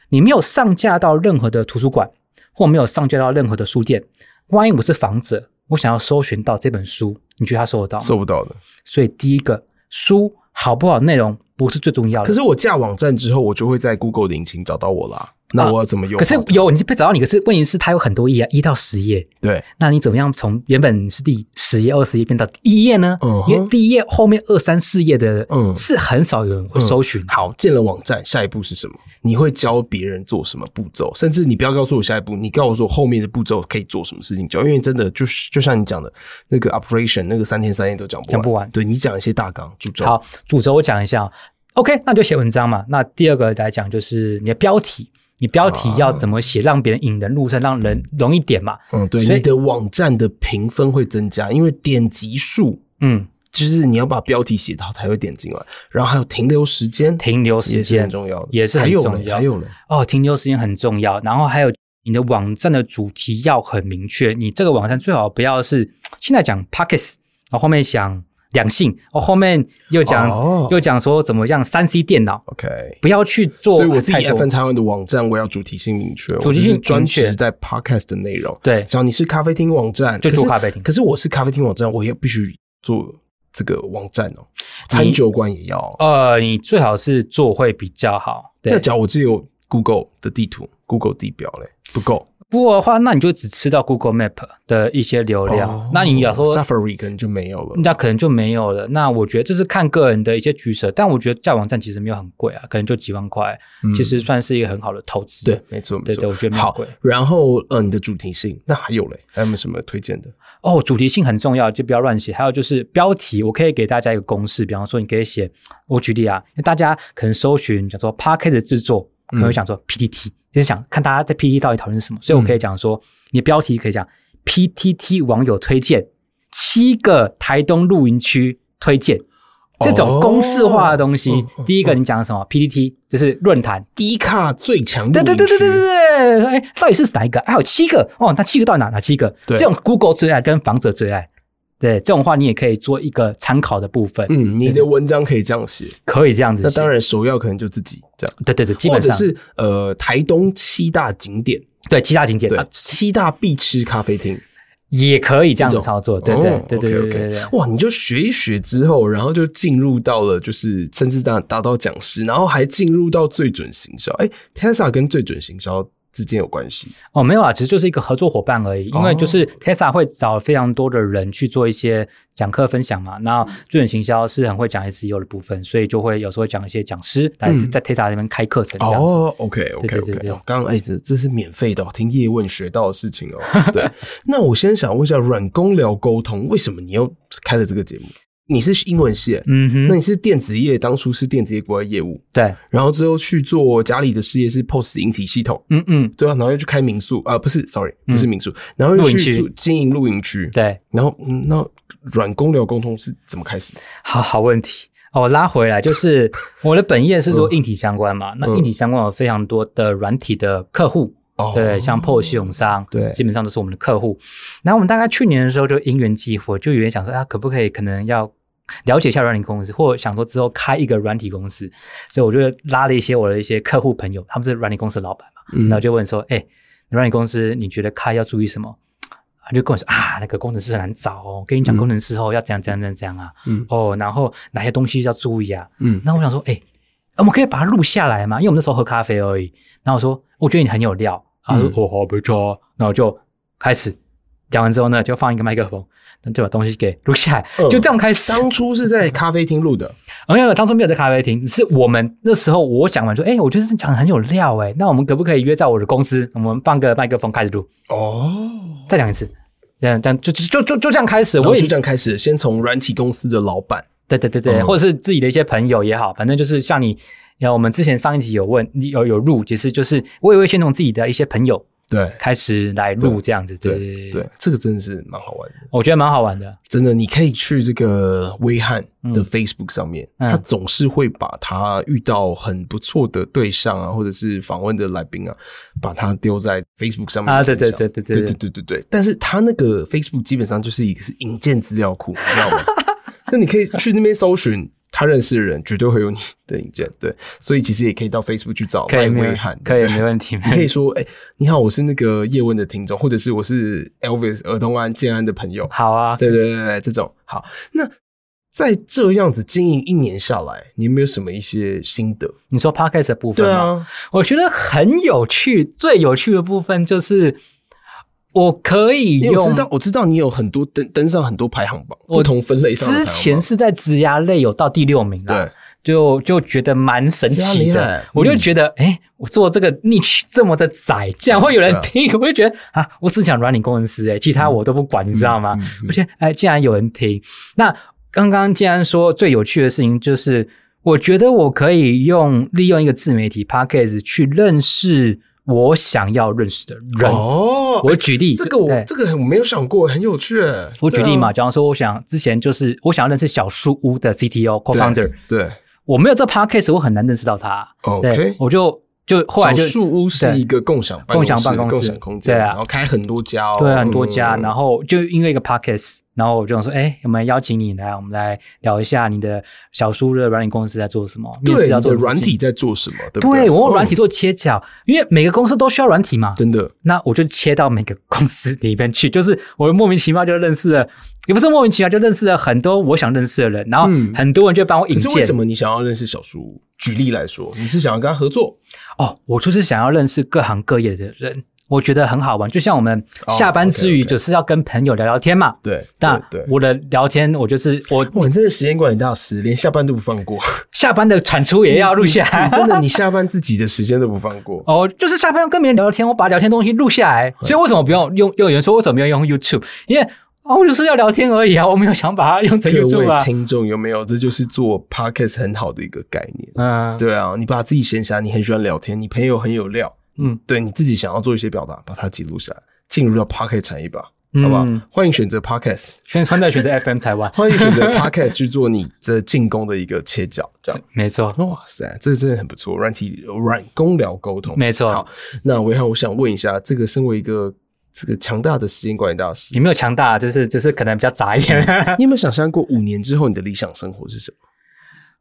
Speaker 4: 你没有上架到任何的图书馆，或没有上架到任何的书店。万一我是访者，我想要搜寻到这本书，你觉得他搜得到吗？
Speaker 3: 搜不到的。
Speaker 4: 所以第一个书好不好，内容不是最重要的。
Speaker 3: 可是我架网站之后，我就会在 Google 的引擎找到我啦。那我要怎么用
Speaker 4: 啊
Speaker 3: 啊
Speaker 4: 可
Speaker 3: 好它？
Speaker 4: 是有你被找到你，可是问题是它有很多页啊，一到十页。
Speaker 3: 对，
Speaker 4: 那你怎么样从原本是第十页、二十页变到第一页呢
Speaker 3: 嗯哼
Speaker 4: 因为第一页后面二三四页的，
Speaker 3: 嗯
Speaker 4: 是很少有人会搜寻。
Speaker 3: 好，建了网站，下一步是什么？你会教别人做什么步骤？甚至你不要告诉我下一步，你告诉我后面的步骤可以做什么事情就好因为真的就是就像你讲的那个 operation，那个三天三夜都讲不完。
Speaker 4: 讲不完
Speaker 3: 对你讲一些大纲主轴。
Speaker 4: 好，主轴我讲一下哦。OK，那就写文章嘛。那第二个来讲就是你的标题，你标
Speaker 3: 啊
Speaker 4: 题要怎么写，让别人引人入胜，让人容易点嘛。
Speaker 3: 嗯，对，
Speaker 4: 所以
Speaker 3: 你的网站的评分会增加，因为点击数
Speaker 4: 嗯，
Speaker 3: 就是你要把标题写好才会点进来，然后还有停留时间，
Speaker 4: 停留时
Speaker 3: 也是
Speaker 4: 间
Speaker 3: 很重要的，
Speaker 4: 也是
Speaker 3: 还
Speaker 4: 很
Speaker 3: 有
Speaker 4: 重
Speaker 3: 嘞
Speaker 4: 要。
Speaker 3: 还有嘞，
Speaker 4: 哦，停留时间很重要，然后还有你的网站的主题要很明确，你这个网站最好不要是现在讲 pockets，然后哦后面讲两性，然后后面又讲、
Speaker 3: 哦
Speaker 4: 又讲说怎么样三 C 电脑，
Speaker 3: OK，
Speaker 4: 不要去做
Speaker 3: 所以我自己
Speaker 4: 太多
Speaker 3: FN 台湾的网站，我要主题性明确，
Speaker 4: 主题性
Speaker 3: 我就是专职
Speaker 4: 明确
Speaker 3: 在 Podcast 的内容。
Speaker 4: 对
Speaker 3: 只要你是咖啡厅网站，
Speaker 4: 就
Speaker 3: 可是
Speaker 4: 做咖啡厅
Speaker 3: 可是我是咖啡厅网站，我也必须做这个网站哦，餐酒馆也要哦。
Speaker 4: 呃，你最好是做会比较好。对
Speaker 3: 那，假如我只有 Google 的地图、Google 地标嘞，不够。
Speaker 4: Google 的话，那你就只吃到 Google Map 的一些流量。那你要说
Speaker 3: 哦 Safari 可能就没有了。
Speaker 4: 那可能就没有了。那我觉得这是看个人的一些取舍，但我觉得架网站其实没有很贵啊，可能就几万块，
Speaker 3: 嗯
Speaker 4: 其实算是一个很好的投资。
Speaker 3: 对，没错，没
Speaker 4: 对
Speaker 3: 错。
Speaker 4: 对我觉得没有
Speaker 3: 好
Speaker 4: 贵。
Speaker 3: 然后，呃，你的主题性，那还有嘞，还有没有什么推荐的？
Speaker 4: 哦，主题性很重要，就不要乱写。还有就是标题，我可以给大家一个公式，比方说你可以写，我举例啊，因为大家可能搜寻讲说 p a r k e t 制作，可
Speaker 3: 嗯
Speaker 4: 能会想说 PTT，、就是想看大家在 PTT 到底讨论什么，所以我
Speaker 3: 嗯
Speaker 4: 可以讲说，你的标题可以讲 PTT 网友推荐七个台东露营区推荐。这种公式化的东西，
Speaker 3: 哦哦嗯嗯
Speaker 4: 第一个你讲什么、p t t 就是论坛，
Speaker 3: 低卡最强
Speaker 4: 对对对对对对
Speaker 3: 对，
Speaker 4: 对，哎，到底是哪一个？还有七个哦，那七个到底哪哪七个？
Speaker 3: 对
Speaker 4: 这种 Google 最爱跟房者最爱，对这种话你也可以做一个参考的部分，
Speaker 3: 嗯，你的文章可以这样写。
Speaker 4: 可以这样子。
Speaker 3: 那当，然，首要可能就自己这样，
Speaker 4: 对对对，基本
Speaker 3: 或
Speaker 4: 上
Speaker 3: 者是呃，台东七大景点，
Speaker 4: 对七大景点
Speaker 3: 对
Speaker 4: 啊，
Speaker 3: 七大必吃咖啡厅，
Speaker 4: 也可以这样子
Speaker 3: 这种
Speaker 4: 操作，对对
Speaker 3: 哦
Speaker 4: 对对对
Speaker 3: OK，OK
Speaker 4: 对对。
Speaker 3: 哇，你就学一学之后，然后就进入到了就是甚至达达到讲师，然后还进入到最准行销。哎，Tesla 跟最准行销之间有关系
Speaker 4: 哦，没有啊，其实就是一个合作伙伴而已。因为
Speaker 3: 哦
Speaker 4: 就是 Tesla 会找非常多的人去做一些讲课分享嘛，那最准行销是很会讲 SEO 的部分，所以就会有时候会讲一些讲师来自
Speaker 3: 嗯
Speaker 4: 在 Tesla 那边开课程这样子。
Speaker 3: 哦。OK OK
Speaker 4: 对对
Speaker 3: OK，
Speaker 4: 对对
Speaker 3: 哦刚刚哎，这这是免费的、哦，听叶问学到的事情 哦。对，那我先想问一下，软工聊沟通，为什么你又开了这个节目？你是英文系，
Speaker 4: 嗯
Speaker 3: 那
Speaker 4: 哼，
Speaker 3: 你是电子业，当初是电子业国外业务，
Speaker 4: 对，
Speaker 3: 然后之后去做家里的事业是 POS 引体系统，
Speaker 4: 嗯嗯，
Speaker 3: 对啊，然后又去开民宿，啊、不是，sorry，不是
Speaker 4: 嗯
Speaker 3: 民宿，然后又
Speaker 4: 露营
Speaker 3: 去
Speaker 4: 区
Speaker 3: 做经营露营区，，
Speaker 4: 对。
Speaker 3: 然后嗯那软工聊沟通是怎么开始？
Speaker 4: 好好问题。哦，我拉回来，就是 我的本业是
Speaker 3: 嗯
Speaker 4: 做硬体相关嘛，那硬体相关有非常多的软体的客户，
Speaker 3: 哦
Speaker 4: 对，像 POS 系统商，
Speaker 3: 对
Speaker 4: 基本上都是我们的客户。然后我们大概去年的时候就因缘际会，就有点想说啊，可不可以可能要了解一下软体公司，或者想说之后开一个软体公司，所以我就拉了一些我的一些客户朋友，他们是软体公司的老板嘛，
Speaker 3: 嗯
Speaker 4: 然后就问说，哎、软体公司你觉得开要注意什么？他就跟我说啊，那个工程师很难找哦，跟你讲
Speaker 3: 嗯
Speaker 4: 工程师后要怎样怎样怎样怎样啊，
Speaker 3: 嗯
Speaker 4: 哦，然后哪些东西要注意啊？
Speaker 3: 嗯
Speaker 4: 那我想说，哎、我们可以把它录下来嘛，因为我们那时候喝咖啡而已。然后我说，我觉得你很有料。然
Speaker 3: 嗯
Speaker 4: 后他说，哦，好，没错啊。然后就开始讲完之后呢，就放一个麦克风，那就把东西给录下来，
Speaker 3: 嗯
Speaker 4: 就这样开始。
Speaker 3: 当初是在咖啡厅录的，
Speaker 4: 没有，哦当初没有在咖啡厅，是我们那时候我讲完说，哎、我觉得这讲的很有料、哎，那我们可不可以约在我的公司，我们放个麦克风开始录？
Speaker 3: 哦，
Speaker 4: 再讲一次，这
Speaker 3: 嗯
Speaker 4: 样这样就就就就就这样开始。
Speaker 3: 然
Speaker 4: 我
Speaker 3: 后
Speaker 4: 也
Speaker 3: 就这样开始，先从软体公司的老板，
Speaker 4: 对对对对，
Speaker 3: 嗯
Speaker 4: 或者是自己的一些朋友也好，反正就是像你，呃，我们之前上一集有问，你有有录，其实就是我也会先从自己的一些朋友
Speaker 3: 对
Speaker 4: 开始来录这样子，对对
Speaker 3: 对对，这个真的是蛮好玩的。
Speaker 4: 我觉得蛮好玩的，啊
Speaker 3: 真的，你可以去这个威汉的 Facebook 上面，
Speaker 4: 嗯
Speaker 3: 他总是会把他遇到很不错的对象啊，或者是访问的来宾啊，把他丢在 Facebook 上面
Speaker 4: 啊
Speaker 3: 分享
Speaker 4: 对对对对
Speaker 3: 对
Speaker 4: 对
Speaker 3: 对对对但是他那个 Facebook 基本上就是一个是引荐资料库，你知道吗？ 所以你可以去那边搜寻。他认识的人绝对会有你的引荐，对，所以其实也可以到 Facebook 去找
Speaker 4: 可
Speaker 3: 赖
Speaker 4: 以没
Speaker 3: 威
Speaker 4: 有
Speaker 3: 汉，
Speaker 4: 可以
Speaker 3: 对
Speaker 4: 没问题，
Speaker 3: 你 可
Speaker 4: 没
Speaker 3: 以说，哎、你好，我是那个叶问的听众，或者是我是 Elvis 尔东安建安的朋友，
Speaker 4: 好啊，
Speaker 3: 对对对对，这种好。那在这样子经营一年下来，你有没有什么一些心得？
Speaker 4: 你说 podcast 的部分吗，，
Speaker 3: 啊
Speaker 4: 我觉得很有趣，最有趣的部分就是我可以
Speaker 3: 因为
Speaker 4: 用
Speaker 3: 我知道，我知道你有很多登登上很多排行榜，
Speaker 4: 我
Speaker 3: 不同分类上的排
Speaker 4: 之
Speaker 3: 行榜
Speaker 4: 前是在职涯类有到第六名啦，
Speaker 3: 对，
Speaker 4: 就就觉得蛮神
Speaker 3: 这
Speaker 4: 奇
Speaker 3: 样厉
Speaker 4: 的
Speaker 3: 害，
Speaker 4: 我就
Speaker 3: 嗯
Speaker 4: 觉得，哎、我做这个 niche 这么的窄，竟然会有人听，我就觉得啊，我只讲软体工程师、哎，其他我都不管，你知道吗？
Speaker 3: 嗯嗯嗯
Speaker 4: 我觉得，哎、竟然有人听。那刚刚既然说最有趣的事情就是，我觉得我可以用利用一个自媒体 podcast 去认识我想要认识的人。
Speaker 3: 哦，
Speaker 4: 我举例，
Speaker 3: 这个我
Speaker 4: 对
Speaker 3: 这个很我没有想过，很有趣。
Speaker 4: 我举例嘛，
Speaker 3: 对啊
Speaker 4: 假如说我想之前就是我想要认识小树屋的 CTO
Speaker 3: 对
Speaker 4: co-founder，
Speaker 3: 啊嗯对，
Speaker 4: 我没有这 podcast，我很难认识到他。
Speaker 3: OK
Speaker 4: 对，我就就后来
Speaker 3: 小
Speaker 4: 就
Speaker 3: 树屋是一个共享办公室
Speaker 4: 共享办公室
Speaker 3: 共享空间，
Speaker 4: 对啊
Speaker 3: 然后开很多家哦，
Speaker 4: 对啊对很多家，
Speaker 3: 嗯
Speaker 4: 然后就因为一个 podcast，然后我就想说，哎，我们邀请你来，我们来聊一下你的小叔的软体公司在做什么，面
Speaker 3: 对
Speaker 4: 试要
Speaker 3: 你
Speaker 4: 做
Speaker 3: 的
Speaker 4: 什么
Speaker 3: 软
Speaker 4: 事情
Speaker 3: 体。在做什么？对不
Speaker 4: 对，我用软
Speaker 3: 嗯
Speaker 4: 体做切角，因为每个公司都需要软体嘛。
Speaker 3: 真的
Speaker 4: 那我就切到每个公司里面去，就是我莫名其妙就认识了，也不是莫名其妙就认识了很多我想认识的人，然后
Speaker 3: 嗯
Speaker 4: 很多人就帮我引
Speaker 3: 可是
Speaker 4: 荐。
Speaker 3: 为什么你想要认识小叔？举例来说，你是想要跟他合作
Speaker 4: 哦，我就是想要认识各行各业的人。我觉得很好玩。就像我们下班之余，
Speaker 3: 哦，OK，OK
Speaker 4: 就是要跟朋友聊聊天嘛。
Speaker 3: 对，
Speaker 4: 那
Speaker 3: 对对。
Speaker 4: 我的聊天，我就是我
Speaker 3: 哇，你真的时间管理大师，连下班都不放 过。
Speaker 4: 下班的产出也要录下 来
Speaker 3: 你。真的，你下班自己的时间都不放过。
Speaker 4: 哦，就是下班要跟别人聊聊天，我把聊天东西录下 来。所以为什么不用用？又有人说为什么没有用 YouTube？因为哦，我就是要聊天而已啊，我没有想把它用成
Speaker 3: 各
Speaker 4: YouTube
Speaker 3: 位
Speaker 4: 啊。
Speaker 3: 听众有没有？这就是做 podcast 很好的一个概念。
Speaker 4: 嗯，
Speaker 3: 对啊，你把自己闲暇，你很喜欢聊天，你朋友很有料，
Speaker 4: 嗯，
Speaker 3: 对你自己想要做一些表达，把它记录下来，进入到 podcast 产业吧，
Speaker 4: 嗯
Speaker 3: 好不好？欢迎选择 podcast，
Speaker 4: 宣传在选 择 FM 台湾，
Speaker 3: 欢迎选择 podcast 去做你这进攻的一个切角，这样。
Speaker 4: 没错。
Speaker 3: 哇塞，这真的很不错，软体软公聊沟通，
Speaker 4: 没错
Speaker 3: 好，那维浩，我想问一下，这个身为一个这个强大的时间管理大师
Speaker 4: 有，没有强大？啊就是就是可能比较杂一点。
Speaker 3: 你有没有想象过五年之后你的理想生活是什么？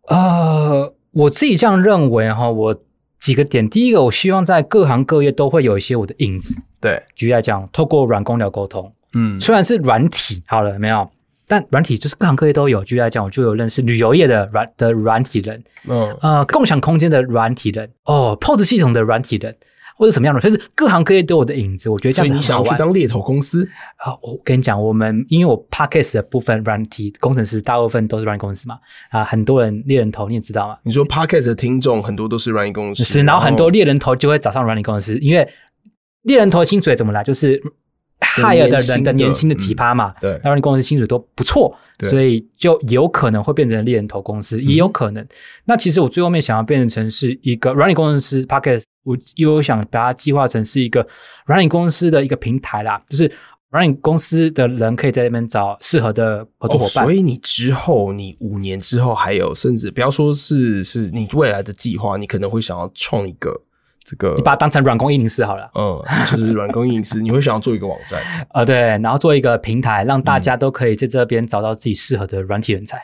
Speaker 4: 呃，我自己这样认为哈，我几个点，第一个，我希望在各行各业都会有一些我的影子。
Speaker 3: 对，
Speaker 4: 举例来讲，透过软工聊沟通，
Speaker 3: 嗯，
Speaker 4: 虽然是软体好了没有，但软体就是各行各业都有。举例来讲，我就有认识旅游业的软的软体人，
Speaker 3: 嗯，
Speaker 4: 呃，共享空间的软体人，哦，POS 系统的软体人，或者什么样的，就是各行各业都有我的影子。我觉得这
Speaker 3: 所以
Speaker 4: 样
Speaker 3: 你
Speaker 4: 子
Speaker 3: 想
Speaker 4: 很
Speaker 3: 要
Speaker 4: 好
Speaker 3: 去
Speaker 4: 玩。
Speaker 3: 当猎头公司？
Speaker 4: 啊，我跟你讲，我们因为我 podcast 的部分软体工程师大部分都是软体公司嘛，啊，很多人猎人头你也知道嘛，
Speaker 3: 你说 podcast 的听众很多都是软啊硬公司，
Speaker 4: 是，然后很多猎人头就会找上软体公司，因为猎人头薪水怎么来，就是害了的
Speaker 3: 年薪
Speaker 4: 人的
Speaker 3: 的
Speaker 4: 年薪的几
Speaker 3: 嗯
Speaker 4: 趴嘛，
Speaker 3: 对
Speaker 4: 那软体公司薪水都不错，
Speaker 3: 对嗯
Speaker 4: 所以就有可能会变成猎人头公司，也有可能。那其实我最后面想要变成是一个软体工程师 p o c k e t 我因为我想把它计划成是一个软体公司的一个平台啦，就是软体公司的人可以在那边找适合的合作伙
Speaker 3: 哦，
Speaker 4: 伴。
Speaker 3: 所以你之后，你五年之后还有，甚至不要说是是你未来的计划，你可能会想要创一个这个，
Speaker 4: 你把它当成软工一零四好了，
Speaker 3: 嗯，就是软工硬师，你会想要做一个网站，
Speaker 4: 呃，对，然后做一个平台，让
Speaker 3: 嗯
Speaker 4: 大家都可以在这边找到自己适合的软体人才。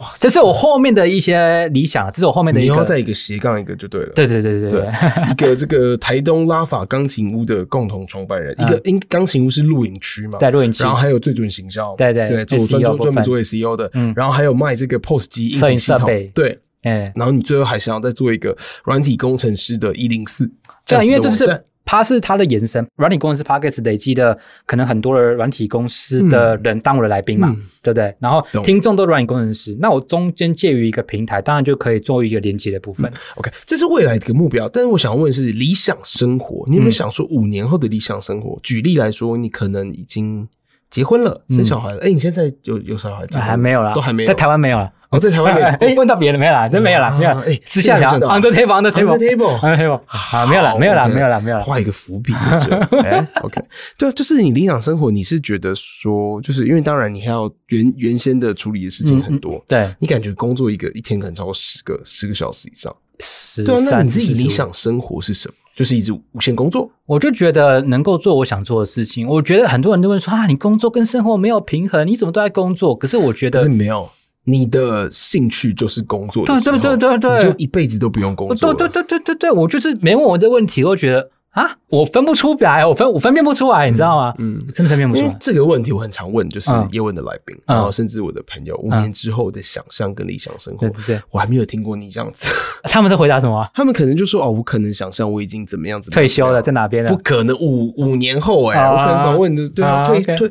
Speaker 4: 哇，这是我后面的一些理想，啊这是我后面的
Speaker 3: 你
Speaker 4: 一
Speaker 3: 要
Speaker 4: 个。
Speaker 3: 在一个斜杠一个就对了。
Speaker 4: 对对对对
Speaker 3: 对
Speaker 4: 对，，
Speaker 3: 一个这个台东拉法钢琴屋的共同创 办人，一
Speaker 4: 嗯
Speaker 3: 个因钢琴屋是露营区嘛，
Speaker 4: 在录影器
Speaker 3: 然，后还有最准行销，
Speaker 4: 对对
Speaker 3: 对，做
Speaker 4: SEO
Speaker 3: 专做
Speaker 4: 部
Speaker 3: 专
Speaker 4: 分
Speaker 3: 门做 SEO 的
Speaker 4: 嗯，
Speaker 3: 然后还有卖这个 POS 机硬
Speaker 4: 摄
Speaker 3: 体
Speaker 4: 影
Speaker 3: 系
Speaker 4: 设
Speaker 3: 统
Speaker 4: 备，
Speaker 3: 对，
Speaker 4: 哎，
Speaker 3: 然后你最后还想要再做一个软体工程师的一零四，
Speaker 4: 对啊，因为这
Speaker 3: 这样
Speaker 4: 就
Speaker 3: 子的网站
Speaker 4: 是它是它的延伸，软体公司 p a c k e t 累积的可能很多的软体公司的人当我的来宾嘛，
Speaker 3: 嗯
Speaker 4: 对不对？然后
Speaker 3: 懂
Speaker 4: 听众都是软体工程师，那我中间介于一个平台，当然就可以做一个连接的部分。
Speaker 3: OK，这是未来的一个目标。但是我想问的是理想生活，你有
Speaker 4: 嗯
Speaker 3: 没有想说五年后的理想生活？举例来说，你可能已经结婚了，生小孩了。哎、你现在有有小孩结婚
Speaker 4: 啊
Speaker 3: 了
Speaker 4: 嗯还没有啦，
Speaker 3: 嗯都还没有，
Speaker 4: 在台湾没有啦。
Speaker 3: 哦，在台湾没有。
Speaker 4: 哎，问到别人没有啦，真没有啦，没有啦
Speaker 3: 哎。
Speaker 4: 私下聊
Speaker 3: 这个还
Speaker 4: ，on
Speaker 3: 是
Speaker 4: the table，on the
Speaker 3: On the table
Speaker 4: table，on the table，啊， 没有啦，没有啦，
Speaker 3: 好，OK
Speaker 4: 没有啦，没有啦。
Speaker 3: 画一个伏笔在这。 哎，OK，对啊，就是你理想生活，你是觉得说，就是因为当然你还要原原先的处理的事
Speaker 4: 嗯
Speaker 3: 情很多，
Speaker 4: 对，
Speaker 3: 你感觉工作一个一天可能超过十个十个小时以上，
Speaker 4: 十
Speaker 3: 对啊，那
Speaker 4: 三
Speaker 3: 你自己理
Speaker 4: 四十五
Speaker 3: 想生活是什么？就是一直无限工作，
Speaker 4: 我就觉得能够做我想做的事情。我觉得很多人都会说啊，你工作跟生活没有平衡，你怎么都在工作？可是我觉
Speaker 3: 但
Speaker 4: 得
Speaker 3: 是，没有，你的兴趣就是工作的时候，
Speaker 4: 对对对对对
Speaker 3: 你就一辈子都不用工
Speaker 4: 我
Speaker 3: 作啊
Speaker 4: 对
Speaker 3: 了，
Speaker 4: 对对对对对，我就是没问我这个问题，我就觉得啊，我分不出来，我分我分辨不出来，你知道吗？
Speaker 3: 嗯
Speaker 4: 真的分辨不出
Speaker 3: 因为
Speaker 4: 来。
Speaker 3: 这个问题我很常问，就是
Speaker 4: 嗯
Speaker 3: 叶问的来宾，
Speaker 4: 嗯
Speaker 3: 然后甚至我的朋友，五
Speaker 4: 嗯
Speaker 3: 年之后的想象跟理想生活，
Speaker 4: 对对对
Speaker 3: 我还没有听过你这样子。
Speaker 4: 他们在回答什么啊？
Speaker 3: 他们可能就说哦，我可能想象我已经怎么样怎么样
Speaker 4: 退休了，在
Speaker 3: 怎么
Speaker 4: 哪边
Speaker 3: 样
Speaker 4: 呢
Speaker 3: 啊不？可能五五年后哎、
Speaker 4: 啊
Speaker 3: 我可能访问的对啊，
Speaker 4: 啊
Speaker 3: 退
Speaker 4: OK
Speaker 3: 退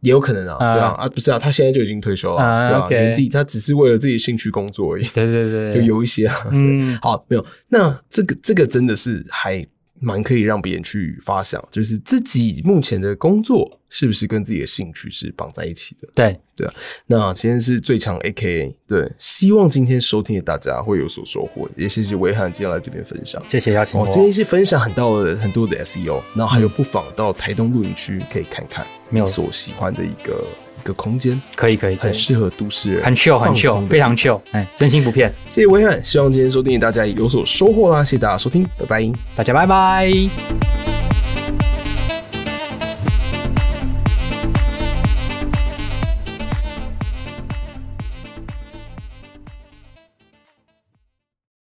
Speaker 3: 也有可能啊，
Speaker 4: 啊
Speaker 3: 对啊啊，不是啊，他现在就已经退休了，
Speaker 4: 啊
Speaker 3: 对啊，
Speaker 4: OK
Speaker 3: 原地他只是为了自己兴趣工作而已，
Speaker 4: 对对对
Speaker 3: 就
Speaker 4: 对，
Speaker 3: 有一些啊，
Speaker 4: 嗯
Speaker 3: 好，没有。那这个这个真的是还蛮可以让别人去发想，就是自己目前的工作是不是跟自己的兴趣是绑在一起的？
Speaker 4: 对，
Speaker 3: 那今天是最强 A K A，对，希望今天收听的大家会有所收获，也谢谢维汉今天来这边分享。
Speaker 4: 谢谢邀请
Speaker 3: 哦
Speaker 4: 我，。
Speaker 3: 今天是分享很到的很多的 SEO，然后还有不妨到台东露营区可以看看
Speaker 4: 嗯没有
Speaker 3: 你所喜欢的一个一个空间，
Speaker 4: 可以可以，可以
Speaker 3: 很适合都市人，
Speaker 4: 很 chill 很
Speaker 3: 放
Speaker 4: chill，
Speaker 3: 空的
Speaker 4: 非常 chill，哎，真心不骗，
Speaker 3: 谢谢维汉，希望今天收听的大家有所收获啦，谢谢大家收听，拜拜。
Speaker 4: 大家拜拜。